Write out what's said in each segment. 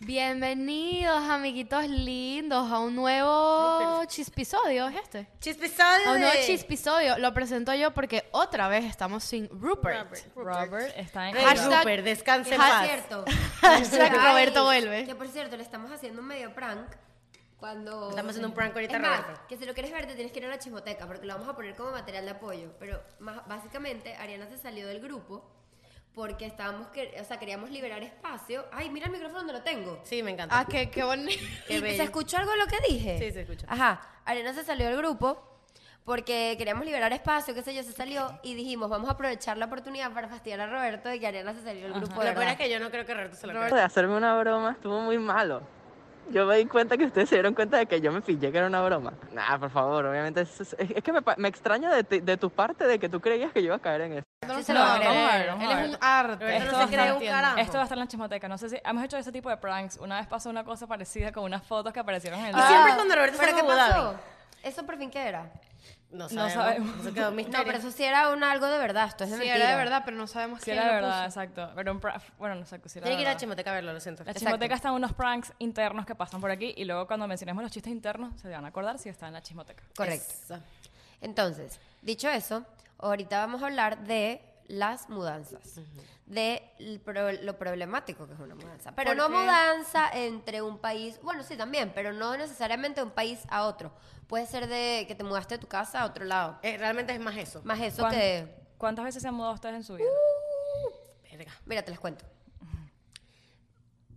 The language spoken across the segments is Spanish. Bienvenidos, amiguitos lindos, a un nuevo chispisodio, ¿es este? Chispisodio A un de... nuevo chispisodio. Lo presento yo porque otra vez estamos sin Rupert. Robert. Robert está en Rey Hashtag- Rupert, descanse en Has- Por paz. cierto. Hashtag Ay, Roberto vuelve. Que por cierto, le estamos haciendo un medio prank. Cuando. Estamos haciendo un prank ahorita, Es más, Roberto. que si lo quieres ver, te tienes que ir a la chismoteca porque lo vamos a poner como material de apoyo. Pero más, básicamente, Ariana se salió del grupo porque estábamos. Que, o sea, queríamos liberar espacio. Ay, mira el micrófono donde lo tengo. Sí, me encanta. Ah, qué, qué bonito. Qué ¿Y bello. ¿Se escuchó algo de lo que dije? Sí, se escuchó. Ajá. Ariana se salió del grupo porque queríamos liberar espacio, qué sé yo, se salió y dijimos, vamos a aprovechar la oportunidad para fastidiar a Roberto de que Ariana se salió del grupo. lo de peor verdad. es que yo no creo que Roberto se lo Roberto- crea. de hacerme una broma estuvo muy malo. Yo me di cuenta que ustedes se dieron cuenta de que yo me pillé que era una broma. Nah, por favor, obviamente. Es, es- es que me, pa- me extraña de, ti- de tu parte de que tú creías que yo iba a caer en eso. No, se lo va a vamos creer, ver, vamos Él a es ver. un arte. Roberto no Esto se va a cree un estar- carajo. Esto va a estar en la chismoteca. No sé si hemos hecho ese tipo de pranks. Una vez pasó una cosa parecida con unas fotos que aparecieron en el. Y Ah, siempre cuando Roberto ¿Pero se qué lo pasó? ¿Eso por fin qué era? No No sabemos. sabemos. Eso quedó misterio. No, pero eso sí era un algo de verdad, esto es de Sí, mentira. era de verdad, pero no sabemos Sí, quién era lo verdad, puso. exacto. Pero un prank. Bueno, no sé si Tiene era que ir a la verdad. chismoteca a verlo, lo siento. La Exacto. chismoteca están unos pranks internos que pasan por aquí y luego cuando mencionemos los chistes internos se van a acordar si están en la chismoteca. Correcto. Eso. Entonces, dicho eso, ahorita vamos a hablar de las mudanzas, de l- pro- lo problemático que es una mudanza. Pero no mudanza entre un país, bueno, sí también, pero no necesariamente de un país a otro. Puede ser de que te mudaste de tu casa a otro lado. Eh, realmente es más eso. Más eso ¿Cuán- que... ¿Cuántas veces se han mudado ustedes en su vida? Verga. Mira, te les cuento.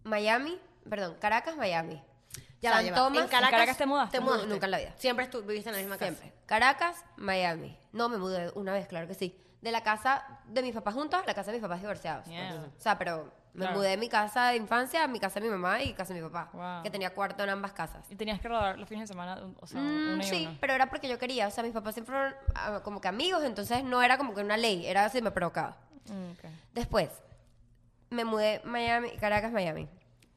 Miami, perdón, Caracas, Miami. Ya va, San ya va. Tomás, en Caracas, Caracas te mudaste? Te mudaste. Nunca en la vida. Siempre estu- viviste en la misma casa. Siempre. Caracas, Miami. No, me mudé una vez, claro que sí. De la casa de mis papás juntos a la casa de mis papás divorciados. Mierda. O sea, pero me Claro. mudé de mi casa de infancia a mi casa de mi mamá y casa de mi papá. Wow. Que tenía cuarto en ambas casas. Y tenías que rodar los fines de semana, o sea, Mm, una y sí, una. pero era porque yo quería. O sea, mis papás siempre fueron ah, como que amigos, entonces no era como que una ley, era así, me provocaba. Mm, ok. Después, me mudé Miami, Caracas, Miami.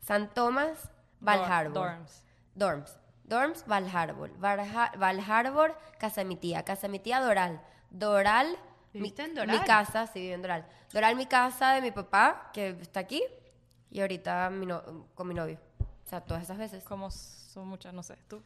San Tomás, Val Dor- Harbor. dorms. Dorms. Dorms, Val Harbor. Barja- Val Harbor, casa de mi tía. Casa de mi tía, Doral. Doral, mi, ¿Viviste en Doral? mi casa, sí, viví en Doral. Doral, mi casa de mi papá, que está aquí. Y ahorita mi no- con mi novio. O sea, todas esas veces. Como son muchas, no sé, tú.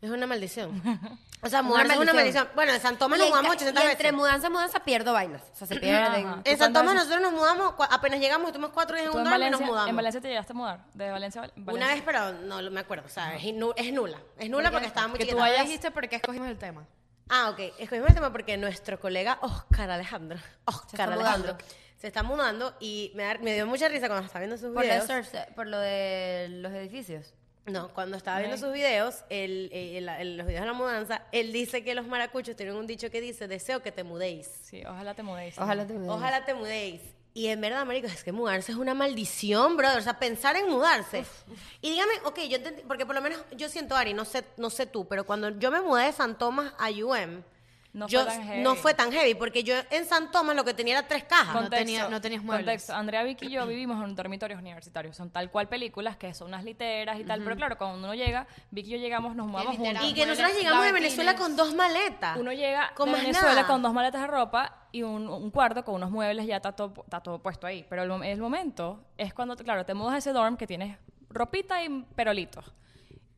Es una maldición. O sea, Es una mudarse es una maldición. maldición. Bueno, en San Tomás Y nos en mudamos ca- 800 y entre veces. mudanza y mudanza pierdo vainas. O sea, se pierden. Ajá. En San ¿Cuántas Tomás veces? nosotros nos mudamos, cua- apenas llegamos, estuvimos cuatro días en ¿Tú un en dorm y nos Valencia, mudamos. en Valencia te llegaste a mudar? De Valencia a Val- Valencia. Una vez, pero no lo- me acuerdo, o sea, es, nu- es nula. Es nula porque estaba muy Que tú chiquita. ya dijiste por qué escogimos el tema. Ah, ok. Escogimos el tema porque nuestro colega Oscar Alejandro, Oscar está Alejandro, mudando. se está mudando y me, da- me dio mucha risa cuando estaba viendo sus Por lo, de videos. surf- por lo de los edificios. No, cuando estaba viendo sus videos, el, el- el- los videos de la mudanza, él dice que los maracuchos tienen un dicho que dice, deseo que te mudéis. Sí, ojalá te mudéis. Ojalá te mudes. Ojalá te mudéis. Y en verdad, marico, es que mudarse es una maldición, brother. O sea, pensar en mudarse. Y dígame, ok, yo entendí, porque por lo menos yo siento, Ari, no sé, no sé tú, pero cuando yo me mudé de San Tomás a UM, No yo- fue tan heavy. no fue tan heavy, porque yo en San Tomás lo que tenía era tres cajas. Con- tenía- Ah, no tenías muebles. Contexto. Andrea Vicky y yo vivimos en dormitorios universitarios. Son tal cual películas que son unas literas y tal. Pero claro, cuando uno llega, Vicky y yo llegamos, nos mudamos juntos. y que nosotros llegamos de Venezuela con dos maletas. Uno llega con de más Venezuela nada. con dos maletas de ropa y un, un cuarto con unos muebles ya está todo, está todo puesto ahí. Pero el, mom- el momento es cuando, claro, te mudas a ese dorm que tienes ropita y perolitos.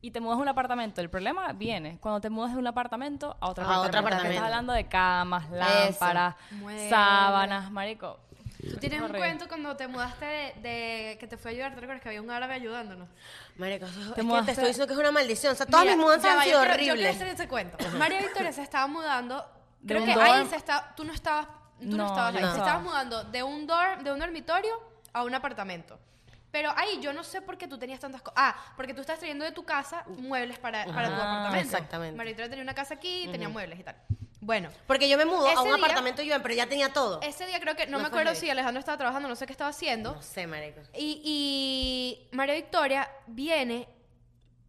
Y te mudas a un apartamento. El problema viene cuando te mudas de un apartamento a otro A apartamento. otro Porque apartamento. Estás hablando de camas, lámparas, Muebles. sábanas, marico. Tú tienes un Horrible. cuento cuando te mudaste de, de- que te fue a ayudar, ¿te recuerdas que había un árabe ayudándonos? Marico, eso- es que te mudaste- estoy diciendo que es una maldición. O sea, todas Mira, mis mudanzas ya han va, sido yo quiero- Yo quiero horribles. hacer ese cuento. María Victoria se estaba mudando. De Creo un que dorm. ahí se está, tú no estabas, tú no, No, estabas yo ahí. no Se estaba. estaba mudando de un dorm, de un dormitorio a un apartamento. Pero ahí yo no sé por qué tú tenías tantas cosas. Ah, porque tú estás trayendo de tu casa muebles para, para tu Ah, apartamento. Uh. exactamente. María Victoria tenía una casa aquí y tenía muebles y tal. Bueno, Porque yo me mudo Ese a un día- apartamento UM, pero ya tenía todo. ese día creo que, no, No me fue acuerdo heavy. si Alejandro estaba trabajando, no sé qué estaba haciendo. No sé, marico. Y, y María Victoria viene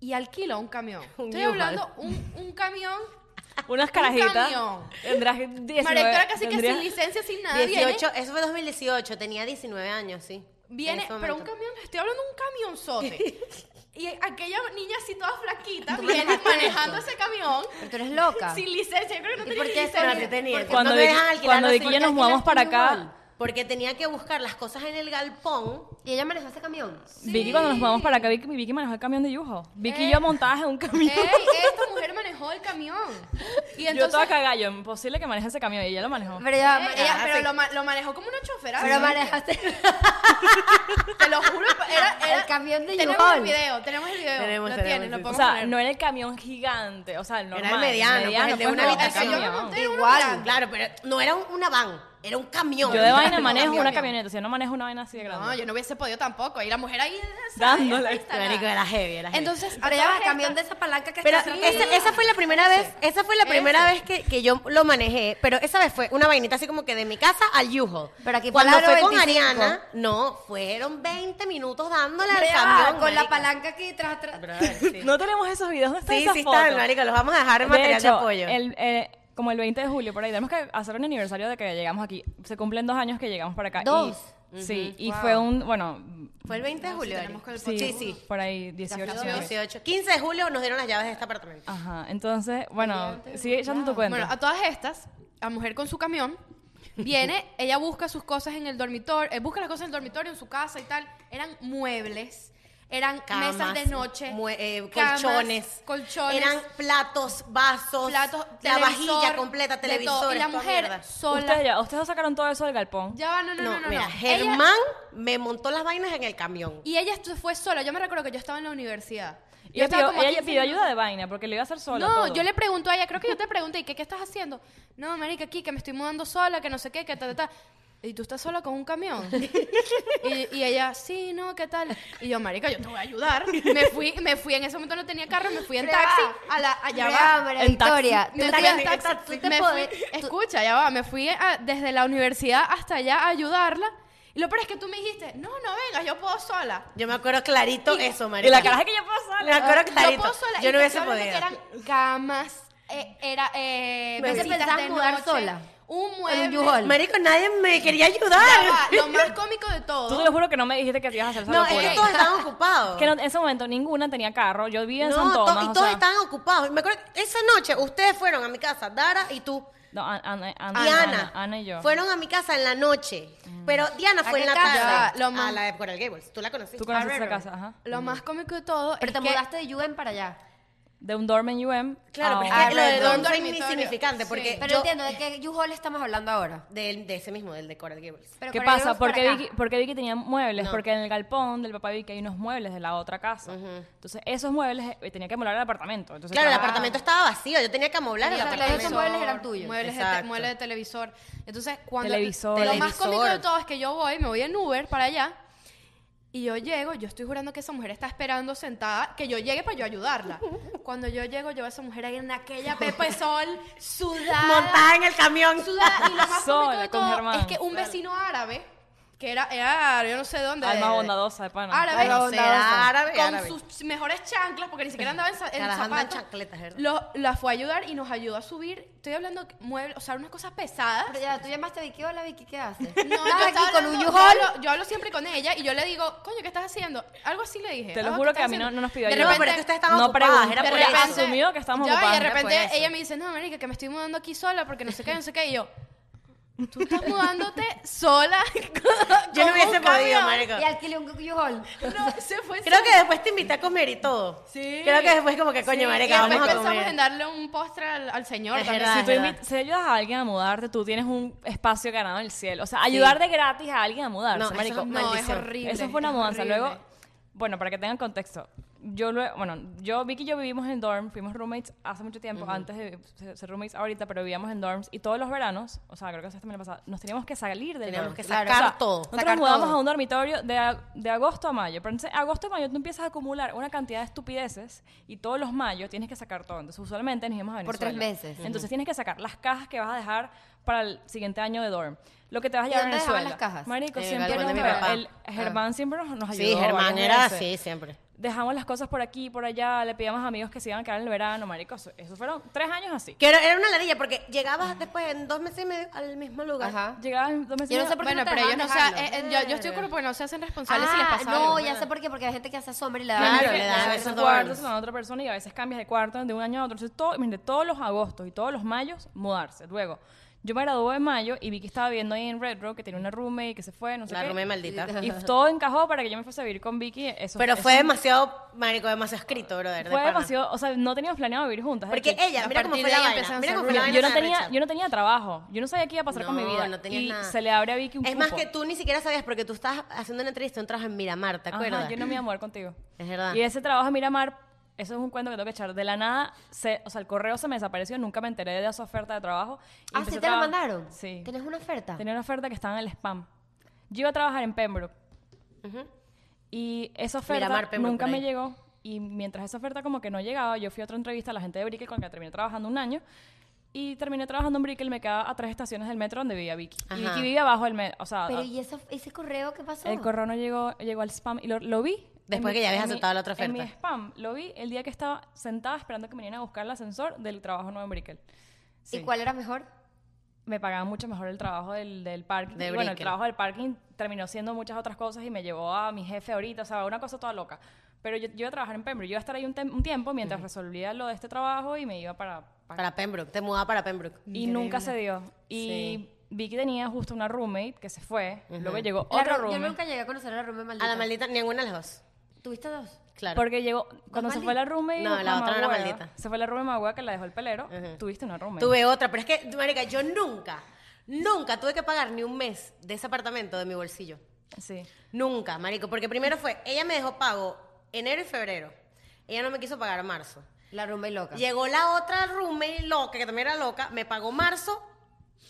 y alquila un camión. Un Estoy U-Haul. hablando un, un camión. Unas carajitas. camión. Tendrás 19. María Victoria casi que tendrías- sin licencia, sin ¿eh? nada. Ah, viene- 18, eso fue 2018, tenía 19 años, sí. En Viene, ese pero un momento. camión, estoy hablando de un camionzote. y aquella niña así toda flaquita ¿Tú viene manejaste manejando ese camión Pero tú eres loca. sin licencia. Yo creo que no ¿Y tenía por qué licencia. espérate, tenía? Porque Cuando no te Vicky- dejan alquilar cuando los Vicky y yo nos mudamos para acá, Porque porque tenía que buscar las cosas en el galpón. Y ella manejó ese camión. Vicky, cuando nos mudamos para acá, Vicky, Vicky manejó el camión de yujo. Vicky Eh, y yo montadas en un ¡Ey! camión. Esta mujer manejó el camión. eh, Y yo toda entonces. cagada, yo, imposible que maneje ese camión. Y ella lo manejó. Pero ella, Ey, ella- ella- pero lo, ma- lo manejó como una chofera. pero manejaste Te lo juro. pues, Era, era- el camión de Tenemos Yuhol. el video, tenemos el video. Tenemos, lo tenemos, tienes, lo sí. o podemos sea, poner. no era el camión gigante, o sea, el normal. mediano, pues, el de pues, una no, habitación. el Yo me camión. monté en uno Igual, grande. claro, pero no era un- una van, era un camión. Yo de vaina Un manejo una camión. camioneta, o sea, no manejo una vaina así de grande. No, yo no hubiese podido tampoco. Y la mujer ahí. ¿sabes? Dándole. Ahí está, Marico, nada. era heavy, era heavy. Entonces, Pero ella va el camión de esa palanca que Pero está así. esa, esa fue la primera vez, esa fue la primera vez que, que yo lo manejé, pero esa vez fue una vainita así como que de mi casa al Yuho. Pero aquí fue Cuando la fue con 25. Ariana, no, fueron 20 minutos dándole Pero al ella va camión. con la marica. palanca aquí tras, tras. No tenemos esos videos, ¿dónde están Sí, esas sí fotos? están, marico, los vamos a dejar en De material de hecho, apoyo. el- eh, como el 20 de julio, por ahí, tenemos que hacer un aniversario de que llegamos aquí. Se cumplen dos años que llegamos para acá. y- Dos. sí, y fue un, bueno, Fue el 20 de julio. Ari. sí, sí, sí. por ahí 18. Las por ahí. 18. 15 de julio nos dieron las llaves de este apartamento. Ajá, entonces, bueno, sigue echando tu cuenta. Bueno, a todas estas, la mujer con su camión viene, ella busca sus cosas en el dormitorio, eh, busca las cosas en el dormitorio, en su casa y tal. Eran muebles, eran Camas, mesas de noche, mue- eh, camas, colchones, colchones, Eran platos, vasos, platos, la televisor, vajilla completa, de todo. televisor. Y la mujer sola. Ustedes ya, ustedes dos sacaron todo eso del galpón. Ya va, no, no, No, no, no. mira, no. Germán Ella- me montó las vainas en el camión. y ella estu- fue sola. Yo me recuerdo que yo estaba en la universidad. Yo Y ella estaba pidió, como a ella 15 pidió minutos. ayuda de vaina porque lo iba a hacer sola. No, todo. yo le pregunto a ella, creo que yo te pregunté, ¿y qué, qué estás haciendo? No, marica, aquí, que me estoy mudando sola, que no sé qué, que ta, ta, ta. ¿Y tú estás sola con un camión? y, y ella, sí, no, ¿qué tal? Y yo, marica, yo te voy a ayudar. Me fui, me fui, en ese momento no tenía carro, me fui en Pero taxi va. a la, allá Mira, va. María en taxi. Victoria, Me tú fui también- en taxi, tú te me podés- fui- tú- escucha, ya va, me fui a- desde la universidad hasta allá a ayudarla. Y lo peor es que tú me dijiste, no, no vengas, yo puedo sola. Yo me acuerdo clarito eso, María. Y la caraja que yo puedo salir. Me acuerdo Yo clarito. puedo sola. Yo y no te hubiese estoy hablando podido. que Eran camas, eh, era eh, Pero mesitas empezaste de a mudar noche, sola. Un En un mueble. U-Haul. Marico, nadie me quería Ya va, ayudar. Lo más cómico de Tú todo. te lo juro que no me dijiste que te ibas a hacer esa No, es locura. que todos estaban ocupados. Que no- en ese momento ninguna tenía carro. Yo vivía en no, San to- Tomás. y o todos sea- estaban ocupados. Me acuerdo, esa noche ustedes fueron a mi casa, Dara y tú. Ah, No, An- Ana, Ana, y Ana, Ana, Ana y yo. Mm. fueron a mi casa en la noche. Pero Diana ¿A fue en qué la casa? tarde. Ya, Ah, lo a más- la de Coral Gables. Tú la conociste. Tú conoces esa Arrero. casa, ajá. Lo más cómico de todo Pero es te que mudaste de Juven para allá. De un dorm en UM. Ah, Claro, a pero un- es que lo de Arredo. Don fue Dormitorio. insignificante Sí. porque Pero eh, yo- entiendo, ¿de qué U-Haul estamos hablando ahora? del- de ese mismo, del de Coral Gables. Pero ¿Qué para pasa? irnos para Porque acá. Vicky, porque Vicky tenía muebles, No. porque en el galpón del papá de Vicky hay unos muebles de la otra casa. Entonces, esos muebles eh, tenía que molar el apartamento. Entonces, Claro, el apartamento estaba vacío, yo tenía que amoblar el Tenía que apartamento. arreglar esos muebles eran tuyos. Muebles de, te- Exacto. muebles de televisor. Entonces, cuando. Televisor. Lo más Televisor. cómico de todo es que yo voy, me voy en Uber para allá. Y yo llego, yo estoy jurando que esa mujer está esperando sentada que yo llegue para yo ayudarla. Cuando yo llego, yo veo a esa mujer ahí en aquella pepe sol, sudada. Montada en el camión. Sudá- y lo más Sola, cómico de con todo Germán. es que un vecino árabe, que era, era yo no sé dónde. Alma de- de- bondadosa, de pana. Árabe, Alma no sé, bondadosa. era Árabe, con árabe. sus mejores chanclas, porque ni siquiera andaba en, sa- en Carajo, andan zapatos. chancletas, ¿verdad? Lo- la fue a ayudar y nos ayudó a subir. Estoy hablando que muebles, o sea, unas cosas pesadas. Pero ya, tú llamaste a Vicky, hola Vicky, ¿qué haces? No, yo, Nada, aquí estaba con hablando- un yo U-Haul. hablo, yo hablo siempre con ella y yo le digo, coño, ¿qué estás haciendo? Algo así le dije. Te lo "Ah, ¿qué juro que estás a mí no- haciendo?". no nos pidió De ayuda. No, pero repente- es que ustedes estaban No ocupadas, era preguntes. de por ella repente, eso. asumió que pues. estábamos ya, Y de ocupadas, era por repente eso. ella me dice, no, marica, que me estoy mudando aquí sola porque no sé qué, no sé qué. Y yo, tú estás mudándote sola. Yo con no hubiese un podido, camión?". marico. Y alquilé un U-Haul. No, se fue Creo sola. que después te invité a comer y todo. Sí. Creo que después como que, coño, Sí, marica, y después vamos a pensamos comer. en darle un postre al, al señor Es también. verdad. Si Sí, tú invi- si ayudas a alguien a mudarte, tú tienes un espacio ganado en el cielo. O sea, ayudar de gratis a alguien a mudarse, No, eso marico. es No, Maldición. es horrible. Eso fue una es mudanza. horrible. Luego, bueno, para que tengan contexto, yo luego, bueno, yo, Vicky y yo vivimos en dorm, fuimos roommates hace mucho tiempo, antes de ser- ser roommates ahorita, pero vivíamos en dorms y todos los veranos, o sea, creo que eso también lo pasaba, nos teníamos que salir del Teníamos dorm. que Claro, sacar o sea, todo. Nosotros sacar nos mudamos todo. a un dormitorio de, a- de agosto a mayo, pero entonces agosto a mayo tú empiezas a acumular una cantidad de estupideces y todos los mayos tienes que sacar todo. Entonces usualmente nos íbamos a Por Venezuela. tres meses. Entonces tienes que sacar las cajas que vas a dejar para el siguiente año de dorm. Lo que te vas a ¿Y llevar a dónde Venezuela. dejaban las cajas? Marico, En el siempre galpón Eh, de nos- mi papá. el- Germán siempre nos, nos ayudó. Sí, Germán varias era veces. así siempre. Dejamos las cosas por aquí, por allá, le pedíamos a amigos que se iban a quedar en el verano, marico. Eso, eso fueron tres años así. Que era, era una ladilla porque llegabas después en dos meses y medio al mismo lugar. Ajá. Llegaban dos meses Yo no y- sé por qué Bueno, no te pero ellos dejaban no se, eh, dejarlo. eh, yo, yo estoy de acuerdo porque no se hacen responsables si les Ah, pasa no, algo. ya sé por qué, porque hay gente que hace sombra y le da Claro, besos. le da besos esos dorms. cuartos a otra persona y a veces cambias de cuarto de un año a otro. Entonces, todo, mire, todos los agostos y todos los mayos, mudarse. Luego, Yo me gradué en mayo y Vicky estaba viviendo ahí en Red Rock, que tenía una roommate que se fue, no sé La qué. roommate maldita. Y todo encajó para que yo me fuese a vivir con Vicky. Eso, Pero eso- fue demasiado, marico, demasiado escrito, brother. de Fue pana. demasiado, o sea, no teníamos planeado vivir juntas. de Porque hecho. ella, A mira cómo partir fue de la ahí vaina. empezaron a Mira ser cómo fue la roommates. vaina yo no de tenía, Richard. yo no tenía trabajo. Yo no sabía qué iba a pasar con mi No, vida. no tenías y nada. se le abre a Vicky un Es más cupo. que tú ni siquiera sabías porque tú estabas haciendo una entrevista, un trabajo en Miramar, ¿te acuerdas? Ah. Ajá, yo no me iba a mudar contigo. Es verdad. Y ese trabajo en Miramar, eso es un cuento que tengo que echar. De la nada, se, o sea, el correo se me desapareció, nunca me enteré de esa oferta de trabajo. y Ah, empecé ¿sí a te lo trabajar- mandaron? Sí. ¿Tenés una oferta? Tenía una oferta que estaba en el spam. Yo iba a trabajar en Pembroke. Y esa oferta Miramar, Pembroke, nunca por me ahí. llegó. Y mientras esa oferta como que no llegaba, yo fui a otra entrevista a la gente de Brickell con la que terminé trabajando un año. Y terminé trabajando en Brickell, me quedaba a tres estaciones del metro donde vivía Vicky. Ajá. Y Vicky vivía abajo del metro. O sea, Pero a- ¿y esa- ese correo qué pasó? el correo no llegó, llegó al spam y lo, lo vi. en Después que ya habías en aceptado la otra En mi oferta. spam, lo vi el día que estaba sentada esperando que me vinieran a buscar el ascensor del trabajo nuevo en Brickell. Sí. ¿Y cuál era mejor? Me pagaban mucho mejor el trabajo del, del parking. De y bueno, el Brickell. trabajo del parking terminó siendo muchas otras cosas y me llevó a mi jefe ahorita, o sea, una cosa toda loca. Pero yo, yo iba a trabajar en Pembroke, yo iba a estar ahí un, tem- un tiempo mientras resolvía lo de este trabajo y me iba para... para- Para Pembroke, te mudaba para Pembroke. y nunca se dio. Y Vicky tenía justo una roommate que se fue, luego llegó La otra Ru- roommate. Yo nunca llegué a conocer a la Rome maldita. A la maldita, ninguna de las dos. ¿Tuviste dos? Claro. Porque llegó, cuando se fue la roommate No, la otra no era Mamagüeva, maldita. Se fue la roommate Magua que la dejó el pelero. Tuviste una roommate. Tuve otra, pero es que, marica, yo nunca, nunca tuve que pagar ni un mes de ese apartamento de mi bolsillo. Sí. Nunca, marico, porque primero fue, ella me dejó pago enero y febrero. Ella no me quiso pagar marzo. La rumba y Ah. loca. Llegó la otra roommate loca, que también era loca, me pagó marzo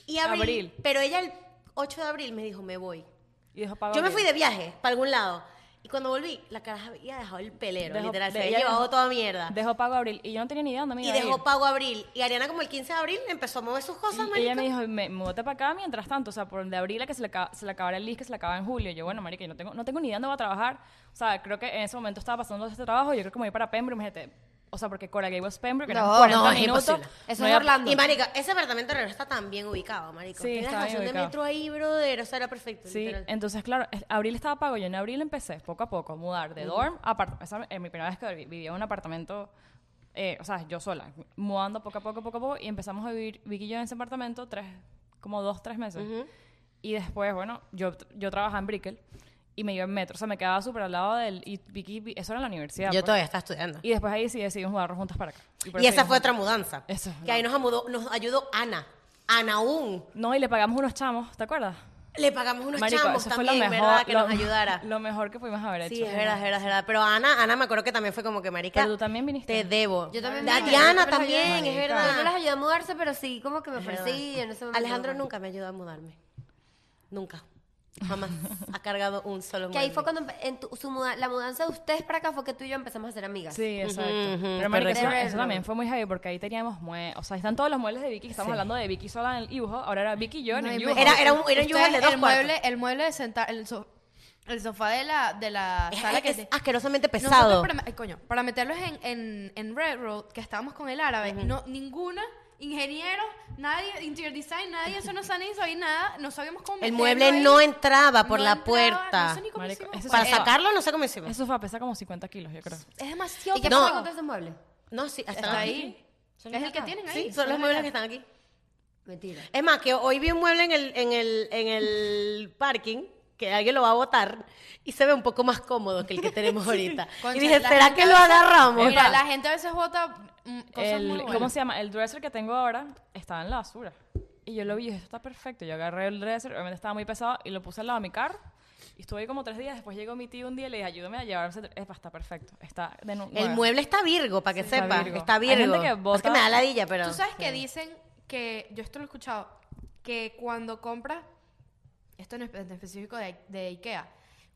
y abril, Abril. Pero ella el 8 de abril me dijo, me voy. Y dejó pago Yo me bien. fui de viaje para algún lado. Y cuando volví, la caraja había dejado el pelero, Dejó- literal. de- Se ella había llevado dejó- toda mierda. Dejó pago abril. Y yo no tenía ni idea dónde me y iba a ir. dejó pago abril. Y Ariana, como el 15 de abril, empezó a mover sus Y cosas, marico. ella me dijo, me, mudate para acá mientras tanto, o sea, por de abril a que se le, acaba- se le acabara el list, que se le acaba en julio. Yo, bueno, marica, yo no tengo, no tengo ni idea dónde voy a trabajar. O sea, creo que en ese momento estaba pasando este trabajo, yo creo que me voy para Pembroke, imagínate. O sea, porque Coral Gables Pembroke, que No, eran 40 no, es minutos. imposible. Eso no es iba- Orlando. Y marica, ese apartamento de está tan bien ubicado, marico. Sí, Tiene la está bien estación de ubicado. metro ahí, brother. O sea, era perfecto, Sí, literal. entonces, claro, es- abril estaba pago. Yo en abril empecé poco a poco a mudar de dorm a apartamento. mi primera vez que vi- vivía en un apartamento, eh, o sea, yo sola, mudando poco a poco, poco a poco. Y empezamos a vivir, Vicky y yo en ese apartamento, tres, como dos, tres meses. Y después, bueno, yo, yo trabajaba en Brickell y me iba en metro. O sea, me quedaba súper al lado del. Y Vicky, vi- eso era en la universidad. Yo pues. todavía estaba estudiando. Y después ahí sí decidimos mudarnos juntas para acá. por Y eso esa vivimos fue juntas. otra mudanza. Eso, que ahí nos, amudó- nos ayudó Ana. Ana aún. No, y le pagamos unos chamos, ¿te acuerdas? Le pagamos unos Marico, chamos eso fue lo también, mejor. ¿verdad? Que lo- nos ayudara. Lo mejor que pudimos haber hecho. Sí, es verdad, es verdad, es verdad. Pero Ana, Ana me acuerdo que también fue como que, marica, Pero tú también viniste. te debo. Yo también A vine, Diana yo también las también, es ayudé. Yo no las verdad. ayudé a mudarse, pero sí, como que me ofrecí en ese momento. Alejandro nunca me ayudó a mudarme. Nunca. Jamás ha cargado un solo Que ahí fue mueble. cuando empe- en tu- su muda- la mudanza de ustedes para acá fue que tú y yo empezamos a ser amigas. Sí, exacto. Pero, ujú, marica, eso, correcto. eso también fue muy heavy porque ahí teníamos muebles. O sea, ahí están todos los muebles de Vicky. que Estamos hablando de Vicky sola en el Yujo. Ahora era Vicky y yo en No, el y Yujo. me- Era- era un- era un Ustedes, yugo de dos el mueble, el mueble de sentar, el, so- el sofá de la, de la Es- sala que es te- asquerosamente Nosotros pesado. para, ay, coño, para meterlos en, en, en Railroad, que estábamos con el árabe, no, ninguna, ingeniero, nadie, interior design, nadie, eso no sabía ni sabía nada, no sabíamos cómo El meterlo mueble ahí, no entraba por no la entraba, puerta. no sé ni cómo Marico, hicimos. ese Para sofá- sacarlo, no sé cómo hicimos. Eso fue, pesa como 50 kilos, yo creo. Es demasiado ¿Y qué No. pasó con todos esos muebles? No, sí, hasta Está ahí. Es el que tienen ahí. Sí, son los muebles que están aquí. Mentira. Es más, que hoy vi un mueble en el, en el, en el parking que alguien lo va a botar y se ve un poco más cómodo que el que tenemos ahorita. Concha, y dije, la ¿será gente que a lo veces- agarramos? Mira, la gente a veces vota mm, cosas El- muy ¿Cómo buenas. se llama? El dresser que tengo ahora estaba en la basura. Y yo lo vi, y dije, esto está perfecto. Yo agarré el dresser, obviamente estaba muy pesado, y lo puse al lado de mi carro. Y estuve ahí como tres días. Después llegó mi tío un día y le dije, ayúdame a llevarse. Es está perfecto. Está de nu- El nuevo. mueble está virgo, para que Sí, está sepa. virgo. Está Hay virgo. gente que Es que bota- me da ladilla, pero... Tú sabes que dicen que, yo esto lo he escuchado, que cuando compras, esto en espe- en específico de, de Ikea,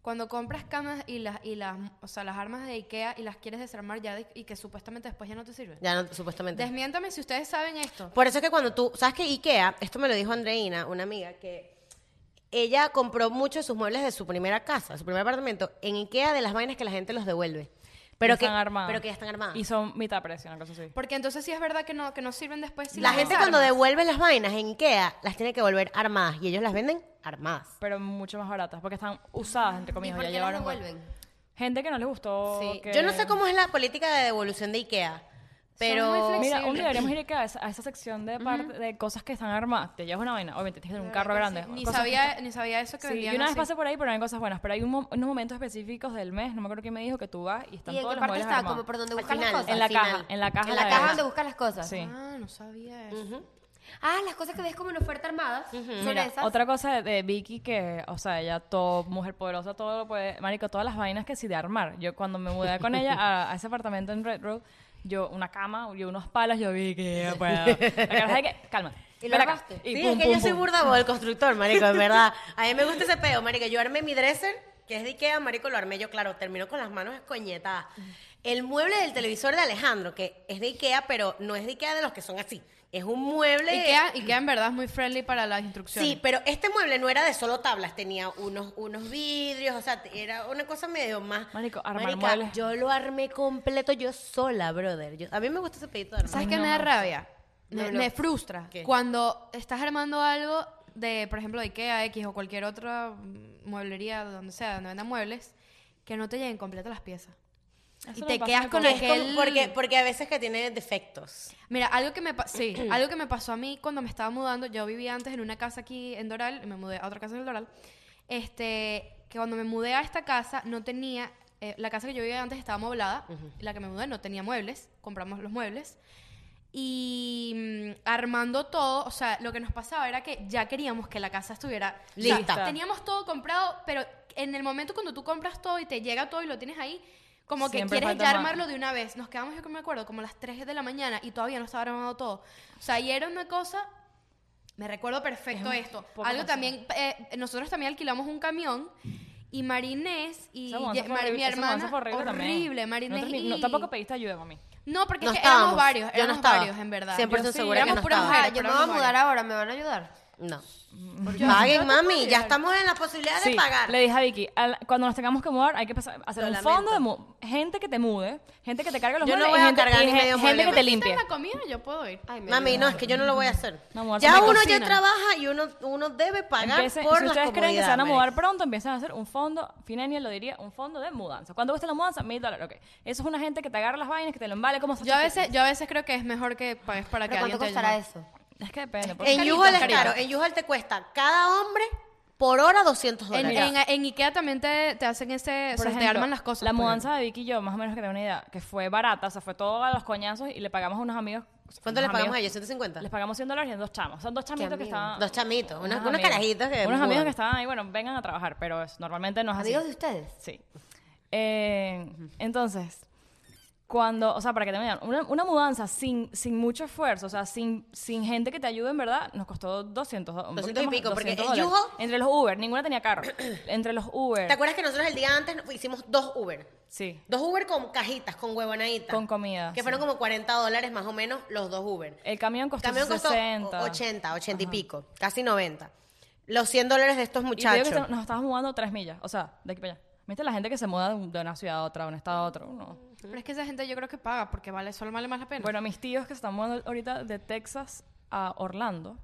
cuando compras camas y las, y las, o sea, las armas de Ikea y las quieres desarmar ya de- y que supuestamente después ya no te sirven. Ya no, supuestamente. Desmiéntame si ustedes saben esto. Por eso es que cuando tú, sabes que Ikea, esto me lo dijo Andreina, una amiga, que ella compró muchos de sus muebles de su primera casa, su primer apartamento, en Ikea de las vainas que la gente los devuelve. Pero Ya que, están armadas. pero que ya están armadas. Y son mitad precio, una cosa así. Porque entonces sí es verdad que no, que no sirven después. si la las gente cuando desarmas. devuelve las vainas en Ikea, las tiene que volver armadas y ellos las venden armadas. Pero mucho más baratas, porque están usadas, entre ¿Y comillas. por ya qué las llevaron devuelven? Gente que no les gustó. Sí. que- Yo no sé cómo es la política de devolución de Ikea. muy Pero. flexibles. Mira, un Posible. día deberíamos ir a esa, a esa sección de, par- de cosas que están armadas. Te llevas una vaina. Obviamente tienes que tener un carro grande. Ni cosas que sabía, ni sabía eso que Sí, vendían yo una vez así. pasé por ahí, pero no hay cosas buenas. Pero hay un mo- unos momentos específicos del mes, no me acuerdo quién me dijo, que tú vas y están ¿Y en todos los qué parte muebles está? armados. Como por donde Al buscas las final, cosas. En la al caja, final. en la caja. En la de- caja donde buscas las cosas. Sí. Ah, no sabía eso. Ah, las cosas que ves como en oferta armada. Son Mira, esas. otra cosa de, de Vicky que, o sea, ella top, mujer poderosa, todo lo puede, marico, todas las vainas que sí de armar. Yo cuando me mudé con ella a, a ese apartamento en Red Road, yo una cama, yo unos palos, yo vi que yo puedo. La caraja de que, cálmate. ¿Y lo ven acá. armaste? Y Sí, pum, es que pum, yo soy pum. burda el constructor, marico, en verdad. A mí me gusta ese peo, marico. Yo armé mi dresser, que es de Ikea, marico, lo armé yo, claro, termino con las manos escoñetadas. El mueble del televisor de Alejandro, que es de Ikea, pero no es de Ikea de los que son así. Es un mueble... Ikea, Ikea en verdad es muy friendly para las instrucciones. Sí, pero este mueble no era de solo tablas, tenía unos, unos vidrios, o sea, te- era una cosa medio más... Marico, armar Marica, muebles. yo lo armé completo yo sola, brother. Yo- a mí me gusta ese pedito de armar. ¿Sabes qué me da rabia? No, me, no. me frustra. ¿Qué? Cuando estás armando algo de, por ejemplo, de Ikea X o cualquier otra mm, mueblería, donde sea, donde vendan muebles, que no te lleguen completas las piezas. Eso y me te pasa quedas muy con poco. Es como- aquel... porque, porque a veces que tiene defectos. Mira, algo que me pa- sí, algo que me pasó a mí cuando me estaba mudando, yo vivía antes en una casa aquí en Doral, y me mudé a otra casa en el Doral. Este, que cuando me mudé a esta casa no tenía eh, la casa que yo vivía antes estaba moblada, la que me mudé no tenía muebles, compramos los muebles. Y mm, armando todo, o sea, lo que nos pasaba era que ya queríamos que la casa estuviera o sea, Lista. teníamos todo comprado, pero en el momento cuando tú compras todo y te llega todo y lo tienes ahí, como que Siempre quieres falta ya más. armarlo de una vez. Nos quedamos, yo que me acuerdo, como a las 3 de la mañana y todavía no estaba armado todo. O sea, y era una cosa. Me recuerdo perfecto Es un esto. poco Algo pasado. también. eh, nosotros también alquilamos un camión y Marinés y Esa mudanza ye- fue Mar- mi horrible, esa hermana. mudanza fue horrible, también. horrible, Marinés. No, termi- y- no, tampoco pediste ayuda, mami. No, porque No es que éramos estábamos. varios. Yo no Éramos estaba. varios, en verdad. 100% Yo segura que éramos no puras estaba. Ah, mujeres, yo me puras voy a mujeres. mudar ahora, ¿me van a ayudar? No. Paguen, mami, ya ayudar. estamos en la posibilidad Sí, de pagar. le dije a Vicky, al- cuando nos tengamos que mudar hay que pasar- hacer Lo un lamento. fondo de mu- gente que te mude, gente que te cargue los Yo no muebles voy y a gente, cargar y ni gen- medio mueble, gente que pues. te Si está limpie. en la comida, yo puedo ir. Ay, me Mami, ayudan. no, es que yo no lo voy a hacer. No, mudarse ya me uno ya cocinan. trabaja y uno, uno debe pagar Empiecen- por si las ustedes creen que se van a comodidades, mudar marica. pronto, empiezan a hacer un fondo, Finaniel lo diría, un fondo de mudanza. ¿Cuánto cuesta la mudanza? Mil dólares, ok. Eso es una gente que te agarra las vainas, que te lo embale como Yo a veces, yo a veces creo que es mejor que pagues para ¿Pero que cuánto alguien te costará ayude. eso? Es que depende. porque- En Carito, Yuhal es carito. caro. En Yuhal te cuesta cada hombre por hora 200 En, dólares. en, en Ikea también te, te hacen ese, o por sea, te ejemplo, arman las cosas. pues. La por mudanza de Vicky y yo, más o menos que tengo una idea, que fue barata, o sea, fue todo a los coñazos y le pagamos a unos amigos. ¿Cuánto les unos pagamos a amigos- ellos? ¿150? Les pagamos 100 dólares y en dos chamos. Son dos chamitos que amigos? estaban. Dos chamitos, unos- unos amigos. carajitos que Unos amigos mudan. que estaban ahí, bueno, vengan a trabajar, pero es- normalmente no es así. ¿Amigos de ustedes? Sí. Eh, entonces, cuando, o sea, para que te vean, una, una mudanza sin, sin mucho esfuerzo, o sea, sin, sin gente que te ayude, en verdad, nos costó 200, do- un 200 poquito y más, pico, porque 200 el dólares. yugo- Entre los Uber, ninguna tenía carro. Entre los Uber, ¿Te acuerdas que nosotros el día antes hicimos dos Uber? sí, Dos Uber con cajitas, con huevonaditas. con comida. Que fueron sí. como 40 dólares más o menos los dos Uber. El camión El costó camión costó 60. 80, 80 y pico, casi 90. Los 100 dólares de estos Y te digo muchachos. que se- nos estábamos mudando tres millas, o sea, de aquí para allá. ¿Viste la gente que se muda de un- de una ciudad a otra, de un estado a otro? No. ejemplo. Pero es que esa gente yo creo que paga porque vale, solo vale más la pena. Bueno, mis tíos que se están mudando ahorita de Texas a Orlando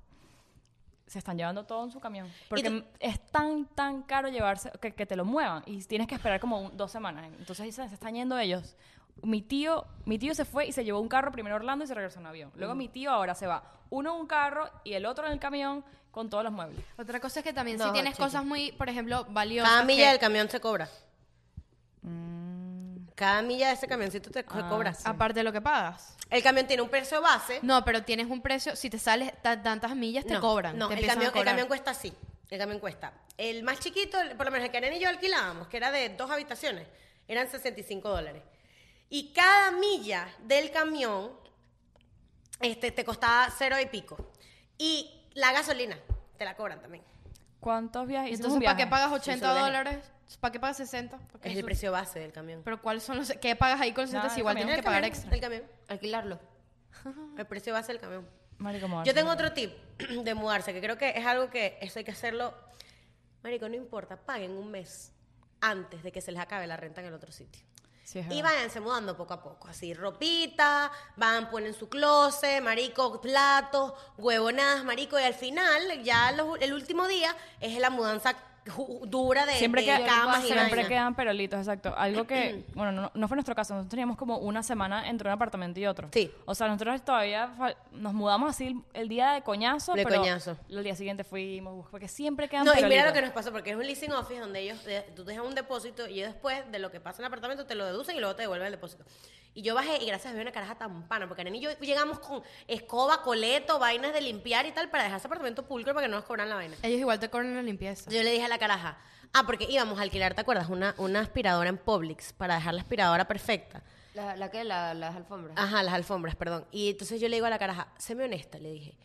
se están llevando todo en su camión. Porque tú- es tan, tan caro llevarse, que, que te lo muevan. Y tienes que esperar como un- dos semanas. Entonces se, se están yendo ellos. Mi tío, mi tío se fue y se llevó un carro primero a Orlando y se regresó en avión. Mm. Luego mi tío ahora se va uno en un carro y el otro en el camión con todos los muebles. Otra cosa es que también No, si tienes chiqui. cosas muy, por ejemplo, valiosas. Cada milla que- Mm. del camión se cobra. Cada milla de ese camioncito te Ah, co- cobra. Aparte de lo que pagas. El camión tiene un precio base. No, pero tienes un precio, si te sales ta- tantas millas te No, cobran. No, te el empiezan a camión, el cobrar. camión cuesta así. El camión cuesta. El más chiquito, el- por lo menos el que Aren y yo alquilábamos, que era de dos habitaciones, eran 65 dólares. Y cada milla del camión este, te costaba cero y pico. Y la gasolina te la cobran también. ¿Cuántos viajes? Hicimos un Entonces, ¿para qué viaje. pagas Sí, 80 es un viaje. dólares? ¿Para qué pagas 60? ¿Para qué Es el eso- precio base del camión. Pero ¿cuáles son los... ¿Qué pagas ahí con los 60 Nada, si igual el tienes que El pagar camión, extra? El camión. Alquilarlo. El precio base del camión. Marico, Yo mudarse. tengo otro tip de mudarse, que creo que es algo que eso hay que hacerlo. Marico, no importa, paguen un mes antes de que se les acabe la renta en el otro sitio. Sí, es Y verdad. váyanse mudando poco a poco, así ropita, van, ponen su closet, marico, platos, huevonadas, marico, y al final, ya los- el último día es la mudanza ju- dura de, Siempre, de queda- camas y siempre vaina. quedan perolitos, exacto. Algo que, bueno, no, no fue nuestro caso. Nosotros teníamos como una semana entre un apartamento y otro. Sí. O sea, nosotros todavía fal- nos mudamos así el- el día de coñazo. De pero coñazo. El día siguiente fuimos, bus- porque siempre quedan No, y perolitos. mira lo que nos pasó, porque es un leasing office donde ellos, de- tú dejas un depósito y ellos después de lo que pasa en el apartamento te lo deducen y luego te devuelven el depósito. Y yo bajé y gracias a Dios una caraja tan pana, porque Karen y yo llegamos con escoba, coleto, vainas de limpiar y tal para dejar ese apartamento pulcro para que no nos cobran la vaina. Ellos igual te cobran la limpieza. Yo le dije a la caraja, ah, porque íbamos a alquilar, ¿te acuerdas? Una, una aspiradora en Publix para dejar la aspiradora perfecta. La, la que, la- las alfombras. Ajá, las alfombras, perdón. Y entonces yo le digo a la caraja, séme honesta, le dije.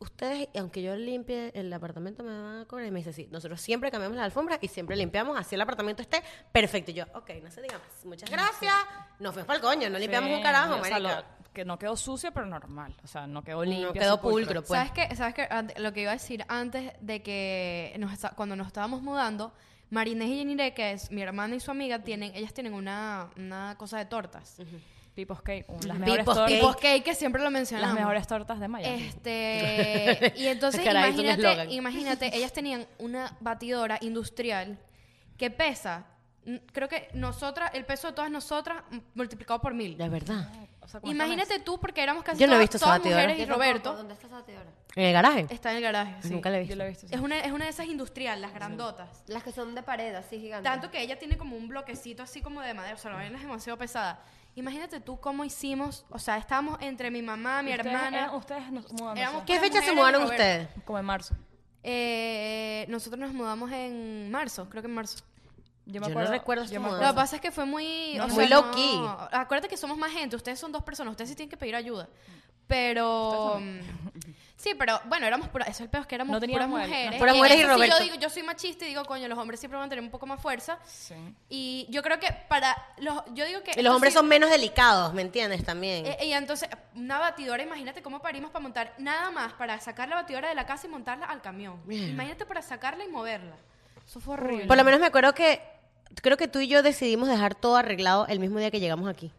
Ustedes, aunque yo limpie el apartamento, me van a cobrar. Y me dice, sí, nosotros siempre cambiamos las alfombras y siempre limpiamos, así el apartamento esté perfecto. Y yo, ok, no se diga más. Muchas gracias. Nos fuimos pa'l coño, no limpiamos Sí, un carajo, o sea, marica. lo- que no quedó sucio, pero normal. O sea, no quedó limpio. no quedó así pulcro, pues. ¿Sabes qué? ¿Sabes qué? Ante- Lo que iba a decir antes de que nos esta- cuando nos estábamos mudando, Marinés y Jenire, que es mi hermana y su amiga, tienen, ellas tienen una, una cosa de tortas. People's Cake, un- las mejores People's tortas. Tipo cake, que siempre lo mencionamos. Las mejores tortas de Miami. Este, y entonces Caray, es un eslogan. imagínate, imagínate, ellas tenían una batidora industrial que pesa, n- creo que nosotras, el peso de todas nosotras m- multiplicado por mil. La verdad. O sea, ¿cómo están Imagínate tú, porque éramos casi Yo no he todas, visto esa todas batidora. mujeres y Yo tampoco, Roberto ¿Dónde está esa batidora? ¿En el garaje? está en el garaje. sí. Nunca la he eso? Yo visto. la he visto. sí. Es una, es una de esas industriales, las grandotas. Las que son de pared, así gigantes. Tanto que ella tiene como un bloquecito así como de madera, o sea, la vaina es demasiado pesada. Imagínate tú cómo hicimos, o sea, estábamos entre mi mamá, mi Ustedes- hermana. eran- ustedes nos mudan. Éramos ¿Qué puras fecha se mujeres y mudaron Roberto. ustedes? Como en marzo. Eh, nosotros nos mudamos en marzo, creo que en marzo. Yo, Yo no me acuerdo, recuerdo esta yo me mudanza. Lo que acuerdo- pasa es que fue muy... No, o muy sea, low no. key. Acuérdate que somos más gente, ustedes son dos personas, ustedes sí tienen que pedir ayuda. Pero... mm, Sí, pero bueno, éramos puras, eso es el peor, es que éramos No teníamos puras mujeres. mujeres. Puras mujeres y eso sí Roberto. yo digo, yo soy machista y digo, coño, los hombres siempre van a tener un poco más fuerza. Sí. Y yo creo que para los... Yo digo que... Y esto los hombres sí- son menos delicados, ¿me entiendes? También. Eh, y entonces, una batidora, imagínate cómo parimos para montar, nada más para sacar la batidora de la casa y montarla al camión. Mierda. Imagínate para sacarla y moverla. Eso fue horrible. Por lo menos me acuerdo que creo que tú y yo decidimos dejar todo arreglado el mismo día que llegamos aquí.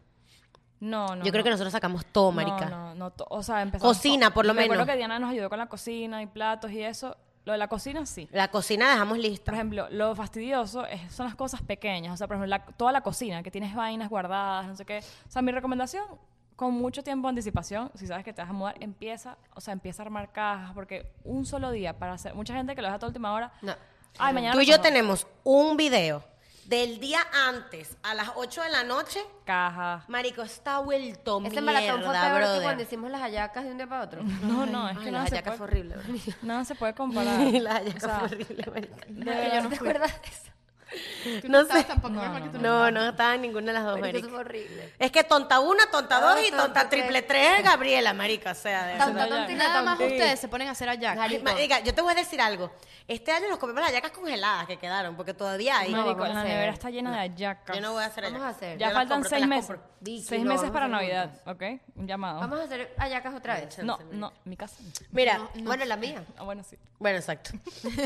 No, no. yo creo no. que nosotros sacamos todo, marica. No, no, no, to- o sea, empezamos Cocina, con- por lo me acuerdo menos. que Diana nos ayudó con la cocina y platos y eso. Lo de la cocina, sí. La cocina dejamos Por lista. ejemplo, lo fastidioso es- son las cosas pequeñas. O sea, por ejemplo, la- toda la cocina, que tienes vainas guardadas, no sé qué. O sea, mi recomendación, con mucho tiempo de anticipación, si sabes que te vas a mudar, empieza, o sea, empieza a armar cajas, porque un solo día para hacer... Mucha gente que lo deja toda última hora. No. Ay, mañana... Tú y nos yo vamos". tenemos un video del día antes a las 8 de la noche. Caja. Marico, está vuelto Ese mierda, maratón fue peor que brother. cuando hicimos las hallacas de un día para otro. No, no, es Ay, que las nada se, hallacas puede, fue horrible, marica. nada se puede comparar. Las hallacas O sea, fue horrible, marica. Ay, yo no ¿Te acuerdas de eso? Tú No estabas sé. tampoco, No, menos mal no, que tú no. No, no estaba en ninguna de las dos, Marico, marica. Eso fue horrible. Es que tonta una, tonta dos y tonta tonta tres. triple tres, Gabriela, marica, o sea, de Tonta, ya. tonta y Nada más tonta. ustedes se ponen a hacer allá. Marico. Marica, yo te voy a decir algo. Este año nos comemos las yacas congeladas que quedaron, porque todavía hay. Marico, vamos a la hacer. nevera está llena de hallacas. yo no voy a hacer Vamos hallacas. a hacer. Yo Ya las faltan compro, te seis las meses. compro. Vicky, Seis lo meses vamos a para hacer Navidad, ¿ok? Un llamado. Vamos a hacer hallacas otra vez. no, no, mi casa. Mira, Bueno, la mía. Ah, bueno, sí. bueno, exacto.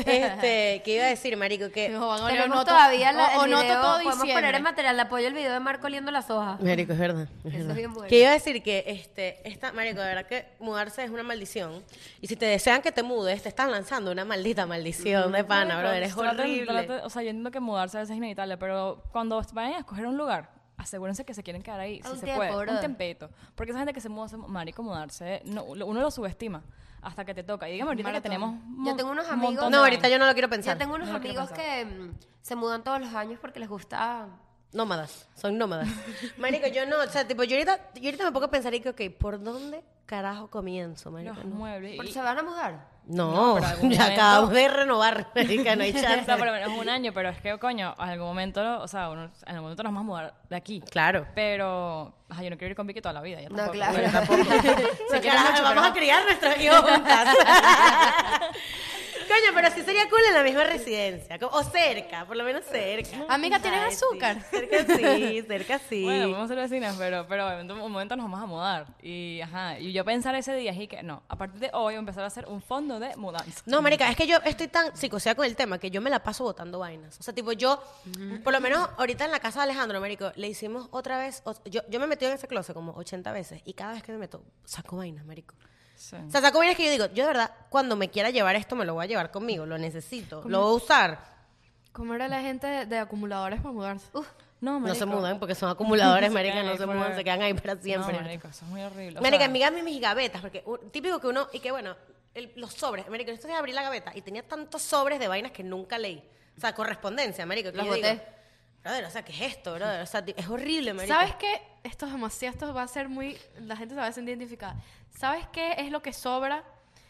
Este, que iba a decir, marico, que... Dijo, van a oler Tenemos Onoto- todavía la, o- el Onoto video, todo podemos diciembre. poner en material de apoyo el video de Marco oliendo las hojas. Marico, es verdad. es Eso es verdad. bien bueno. Que iba a decir que, este, esta, marico, de verdad que mudarse es una maldición. Y si te desean que te mudes, te están lanzando una maldita maldición de pana, Marico, bro. Eres traten- horrible. traten- o sea, yo entiendo que mudarse a veces es inevitable, pero cuando vayan a escoger un lugar, asegúrense que se quieren quedar ahí, A si un se tiempo, puede. brother. Un tempito. Porque esa gente que se muda, se- marico, mudarse, no, lo- uno lo subestima hasta que te toca. Y dígame ahorita que tenemos Yo mon- tengo unos un amigos- montón de No, ahorita vainas. yo no lo quiero Yo pensar. tengo unos No lo quiero amigos que mm, se mudan todos los años porque les gusta. Nómadas, son nómadas. Marico, yo no, o sea, tipo, yo ahorita, yo ahorita me pongo a pensar y que, ok, ¿por dónde carajo comienzo, marico? los No, muebles. Porque y- se van a mudar. no, pero algún ya momento- acabamos de renovar, marica, no hay o chance. sea, por lo menos un año, pero es que, coño, en algún momento, o sea, uno- en algún momento nos vamos a mudar de aquí. Claro. Pero, ajá, yo no quiero ir con Vicky toda la vida. ya No, tampoco. claro. Bueno, Se quieren mucho, vamos pero- a criar nuestros hijos juntas. Coño, pero sí sería cool en la misma residencia. como- O cerca, por lo menos cerca. Amiga, ¿tienes Ay, sí, azúcar? cerca sí, cerca sí. Bueno, vamos a ser vecinas, pero, pero en un momento nos vamos a mudar. Y, ajá, y yo pensar ese día, y que no, a partir de hoy voy a empezar a hacer un fondo de mudanza. No, marica, es que yo estoy tan psicoseada con el tema que yo me la paso botando vainas. O sea, tipo, yo, por lo menos ahorita en la casa de Alejandro, marico, le hicimos otra vez, o- yo, yo me metí en ese closet como 80 veces y cada vez que me meto, saco vainas, marico. Sí. O sea, saco vainas que yo digo, yo de verdad, cuando me quiera llevar esto, me lo voy a llevar conmigo, lo necesito, lo voy a usar. ¿Cómo era la gente de, de acumuladores para mudarse? No, No se marico. mudan porque son acumuladores, marica, quedan no ahí se forever. mudan, se quedan ahí para siempre. No, marico, eso es muy horrible. o Marica, sea, en mi gama y mis gavetas, porque un- típico que uno, y que bueno, el- los sobres, Marica, yo entonces abrí la gaveta y tenía tantos sobres de vainas que nunca leí. O sea, correspondencia, Marica, que Los yo digo, boté. brother, o sea, ¿qué es esto, brother? O sea, ti- es horrible, Marica. ¿Sabes qué? Esto es demasiado, esto va a ser muy... La gente se va a sentir identificada. ¿Sabes qué es lo que sobra?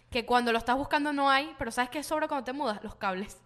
Que cuando lo estás buscando no hay, pero ¿sabes qué sobra cuando te mudas? Los cables.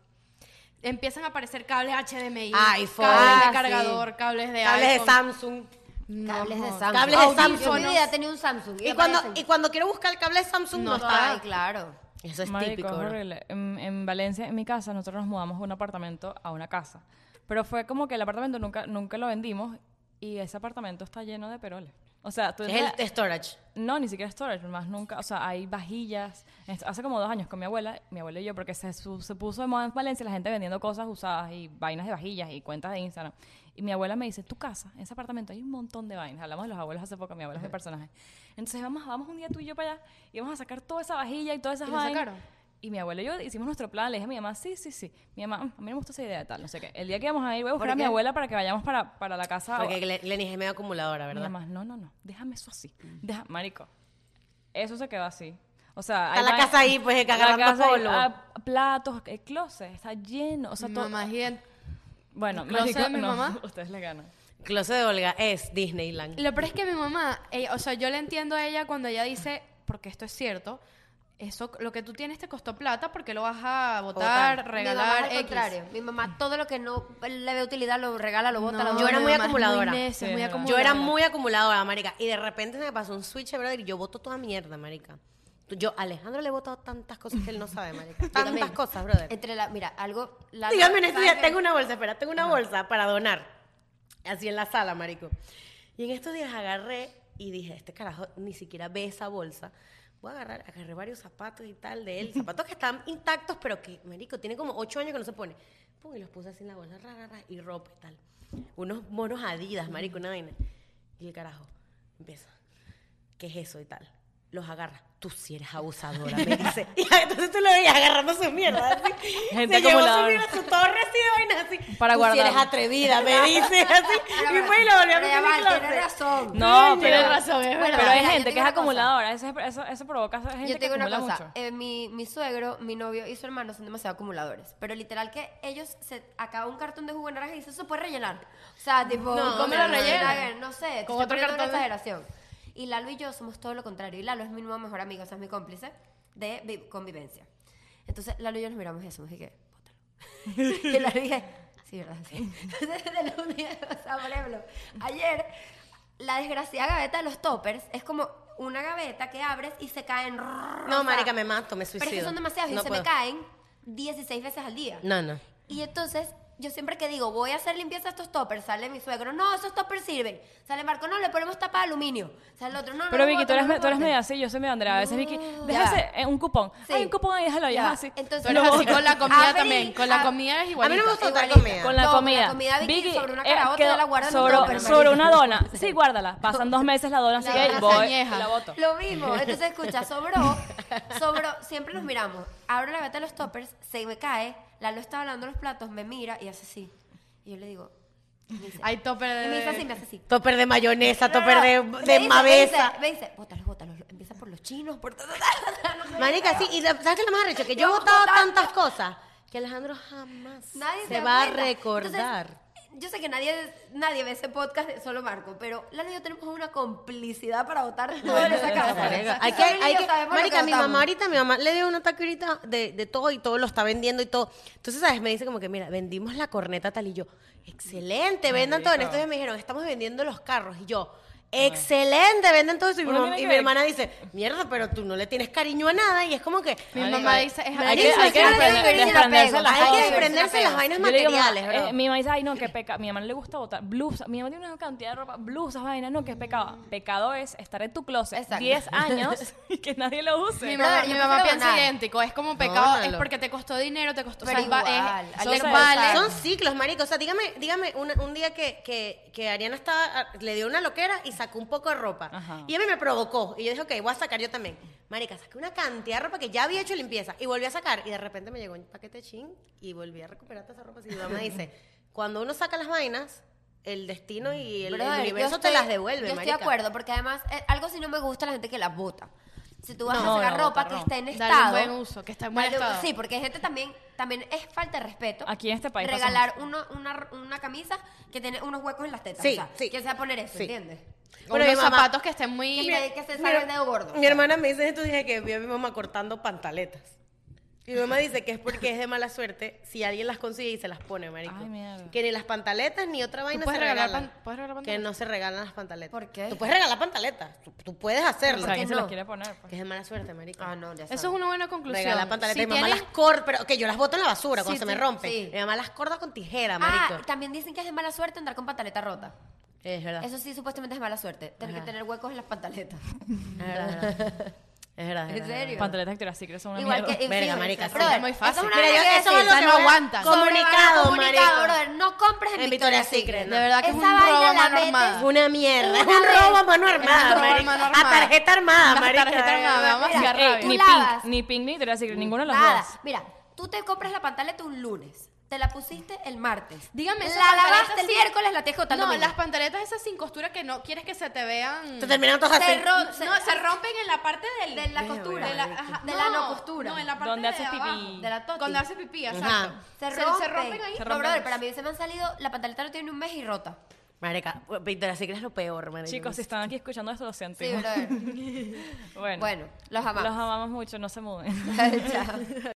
Empiezan a aparecer cables HDMI, iPhone. cables Ah, de cargador, sí. cables de Cables de iPhone. Samsung. No, Cables de joder. Samsung. Cables de Audífonos. Samsung. Yo en mi vida tenía un Samsung. Y cuando, aparecen. y cuando quiero buscar el cable de Samsung, no, no está. está ahí, claro. Eso es Marico, típico, es bro. horrible. En, en Valencia, en mi casa, nosotros nos mudamos de un apartamento a una casa. Pero fue como que el apartamento nunca, nunca lo vendimos y ese apartamento está lleno de peroles. O sea, tú Es entras- el storage. No, ni siquiera storage, más nunca. O sea, hay vajillas. Es- Hace como dos años con mi abuela, mi abuela y yo, porque se, su- se puso de moda en Valencia la gente vendiendo cosas usadas y vainas de vajillas y cuentas de Instagram. Y mi abuela me dice, tu casa, en ese apartamento hay un montón de vainas. Hablamos de los abuelos hace poco, mi abuela es mi personaje. Entonces vamos, vamos un día tú y yo para allá y vamos a sacar toda esa vajilla y todas esas ¿Y lo vainas. sacaron? Y mi abuelo y yo hicimos nuestro plan, le dije a mi mamá, sí, sí, sí. Mi mamá, "Mm, a mí no me gusta esa idea tal, no sé qué. El día que íbamos a ir, voy a buscar a mi qué? abuela para que vayamos para, para la casa. Porque Glen- Glenny es medio acumuladora, Mi ¿verdad? mamá, no, no, no, déjame eso así. Deja, Mm. marico, eso se quedó así. O sea, Está hay la vaina- casa ahí, pues, que la agarrando casa ahí, polvo. ah, platos, el closet está lleno. O sea, Mi todo. mamá es idéntica. Bueno, el closet marico, de mi no, mamá. Ustedes le ganan. Closet de Olga es Disneyland. Lo peor es que mi mamá, ella- o sea, yo le entiendo a ella cuando ella dice, porque esto es cierto, eso, lo que tú tienes te costó plata porque lo vas a votar, Botar. mi regalar, mamá, al X. contrario. Mi mamá, todo lo que no le ve utilidad lo regala, lo bota, No, lo Yo era mi muy mamá es acumuladora. necia, es Sí, muy es verdad. Yo acumuladora. era muy acumuladora, marica. Y de repente se me pasó un switch, brother, y yo voto toda mierda, marica. Tú- Yo, a Alejandro le he votado tantas cosas que él no sabe, marica. Tantas también. cosas, brother. Entre la, mira, algo. la- Dígame una ¿sabes historia. qué? Tengo una bolsa, espera, tengo una bolsa para donar. Así en la sala, marico. Y en estos días agarré y dije, este carajo ni siquiera ve esa bolsa. Voy a agarrar, agarré varios zapatos y tal de él. Zapatos que están intactos, pero que, marico, tiene como ocho años que no se pone. Pum, y los puse así en la bolsa, ra, ra, ra, y ropa y tal. Unos monos adidas, marico, una vaina. Y el carajo empieza. ¿qué es eso y tal? Los agarra. Tú si eres abusadora, me dice. Y entonces tú lo veías agarrando su mierda. Así. Gente Se llevó su acumuladora. mierda, su torre así de vainas así. Para tú si guardar. eres atrevida, me dice. Así. y fue y lo volvió a Pero ya va, meter en el tienes closet. razón. No, pero, tienes razón, es pero verdad. hay Mira, yo gente tengo que es una cosa. acumuladora, eso, es- eso, eso provoca esa gente Yo que tengo una acumula cosa. mucho. eh, mi, mi suegro, mi novio y su hermano son demasiado acumuladores. Pero literal que ellos se acaba un cartón de jugo de naranja y dice, eso se puede rellenar. O sea, tipo, No, ¿cómo mira, lo no, rellenan? No sé. te Con estoy otro poniendo una cartón. exageración. Y Lalo y yo somos todo lo contrario. Y Lalo es mi nuevo mejor amigo, o sea, es mi cómplice de vi- convivencia. Entonces, Lalo y yo nos miramos eso, nos dije, bótalo. Y la dije, sí, ¿verdad? Sí. Entonces, de un día, o sea, por ejemplo, ayer, la desgraciada gaveta de los toppers es como una gaveta que abres y se caen. No, marica, me mato, me Pero es suicido. que son demasiados No y se puedo. me caen 16 veces al día. No, no. Y entonces, yo siempre que digo, voy a hacer limpieza a estos toppers, sale mi suegro, no, esos toppers sirven. Sale Marco, no, le ponemos tapa de aluminio. Sale el otro, no, no. Pero no, Vicky, tú boten, eres, no, me- tú eres boten". media así, yo soy media Andrea. A veces Vicky, No. déjase Ya. eh, un cupón. Sí. Hay un cupón y déjalo ya. Ya. Así. Entonces, Tú eres así Pero- con la comida Abrí- también. Con la ab- comida es A mí igualita. no me gusta otra Igualita. comida. Con la No, con comida. la comida, Vicky, sobre una eh, caraota, queda- yo la guardo en un sobre, tupper, sobre marica. una dona. Sí, guárdala. Pasan dos meses la dona, así La que dona voy añeja. y la voto. Lo mismo. Entonces, escucha, sobró, sobró, siempre nos miramos. Abro la gaveta de los toppers, se me cae, Lalo está hablando los platos, me mira y hace así. Y yo le digo, y me dice, Hay tope y me dice de... así, me hace así. Topper de mayonesa, No, no, topper de, no. Me de dice, mabeza. Me dice, me dice, bótalos, bótalos. Empieza por los chinos, por todo. Marica, sí. Y lo- ¿sabes qué es lo más arrecho? Que yo he Yo votado voto tanto. tantas cosas que Alejandro jamás Nadie se da va a cuenta. recordar. Entonces, yo sé que nadie, nadie ve ese podcast, solo Marco, pero Lalo y yo tenemos una complicidad para votar todo en esa casa. Marica, Aquí hay que, solo hay ellos que- sabemos lo marica, que mi votamos. mamá ahorita, mi mamá le dio un ataque ahorita de, de todo y todo lo está vendiendo y todo. Entonces, ¿sabes? Me dice como que, mira, vendimos la corneta tal y yo, excelente, vendan todo. En estos días me dijeron, estamos vendiendo los carros y yo, excelente, vendan todo eso. Y, mi, Uno mam- tiene y que- mi hermana dice, mierda, pero tú no le tienes cariño a nada y es como que... Mi Marica, mamá dice... Es Marica, Hay que, hay que Yo le digo desprender- que yo desprenderse sí la pego, las hay que cosas. desprenderse de las vainas Yo le digo, mamá, materiales, bro. eh, mi mamá dice, ay, no, qué pecado. Mi mamá no le gusta botar blusas. Mi mamá tiene una cantidad de ropa, blusas, vainas, no, qué pecado. Pecado es estar en tu closet Exacto. 10 años y que nadie lo use. Mi Pero, a mamá, ver, mi yo mamá prefiero piensa donar. idéntico, es como pecado, es Dónalo. porque te costó dinero, te costó... o Pero sea, va- igual, es- hay son- que vale. pensar. Son ciclos, marico. O sea, dígame, dígame una- un día que, que, que Ariana estaba, le dio una loquera y sacó un poco de ropa. Ajá. Y a mí me provocó. Y yo dije, ok, voy a sacar yo también. Marica, saqué una cantidad de ropa que ya había hecho limpieza. Y volví a sacar. Y de repente me llegó un paquete chin y volví a recuperar toda esa ropa. Y mi mamá dice, cuando uno saca las vainas, el destino y el, el Brother, yo universo te estoy- las devuelve, Yo marica. estoy de acuerdo, porque además, eh, algo si no me gusta la gente que las bota. Si tú vas No, a sacar no, ropa botar que no. está en Dale un estado. buen uso, que está en buen dale un- estado. Sí, porque hay gente también, también es falta de respeto. Aquí en este país pasa Regalar uno- una, una camisa que tiene unos huecos en las tetas. Sí, o sea, sí. Que sea poner eso, Sí. ¿entiendes? O Bueno, mi unos mamá- zapatos que estén Y muy... que, que se salga el dedo gordo. Mi hermana me dice esto, dije que vio a mi mamá cortando pantaletas. Y mi mamá dice que es porque es de mala suerte si alguien las consigue y se las pone, marico. Ay, mierda. Que ni las pantaletas ni otra vaina puedes se regalar regalan. pan- puedes regalar Que no pantaletas? se regalan las pantaletas. ¿Por qué? Tú puedes regalar pantaletas. Tú, tú puedes hacerlo. O sea, qué ¿quién se no? las quiere poner? pues? Que es de mala suerte, marico. Ah, no, ya Eso es sabes. una buena conclusión. Regalar pantaletas. Si pues, mi mamá tienes- las corta, pero que yo las boto en la basura cuando Sí, se me sí, rompen. sí. Mi mamá las corta con tijera, Ah, marico. y también dicen que es de mala suerte andar con pantaleta rota. es verdad. Eso sí, supuestamente es mala suerte. Tienes Ajá. que tener huecos en las pantaletas. Es verdad. es verdad. Es verdad. ¿En es verdad. serio? Pantaletas Victoria's Secret son una Igual mierda. que Verga, sí, marica, eh, sí. eso brother, Es muy eso es fácil. una Mira, verga yo- que eso decir. es lo que no voy a- aguantan. Comunicado, comunicado, marico. brother. No compres en, En Victoria's Victoria's Secret, Secret. no. De verdad que es Esa un vaina robo a la mano metes- armada. Una mierda. Es Una un vez. robo a mano Es un armada. robo a marica. mano A armada. tarjeta armada, Una marica. tarjeta armada, me da Mira, demasiada tú rabia. Ey, ni lavas. Pink, ni Pink, ni Victoria's Secret, ninguna de las Nada. dos. Mira, tú te compras la pantaleta un lunes. Te la pusiste el martes. Dígame, esas La lavaste pantaletas el sí- miércoles, la tienes que botar el No, domingo. las pantaletas esas sin costura que no quieres que se te vean... Te terminan todas así. Se ro- No, se rompen en la parte del- de la costura. De la, ajá, de la no costura. No, en la parte de Donde haces abajo. pipí. De la toti. Donde haces pipí, exacto. Ajá. Se se, rompen. rompen ahí. Se No, rompen. brother, para mí se me han salido... La pantaleta no tiene un mes y rota. Marica, Victoria Secret es lo peor, marica. Chicos, si están aquí escuchando esto, lo siento. Sí, brother. Bueno, Bueno, los amamos. los amamos mucho, no se muden. Chao.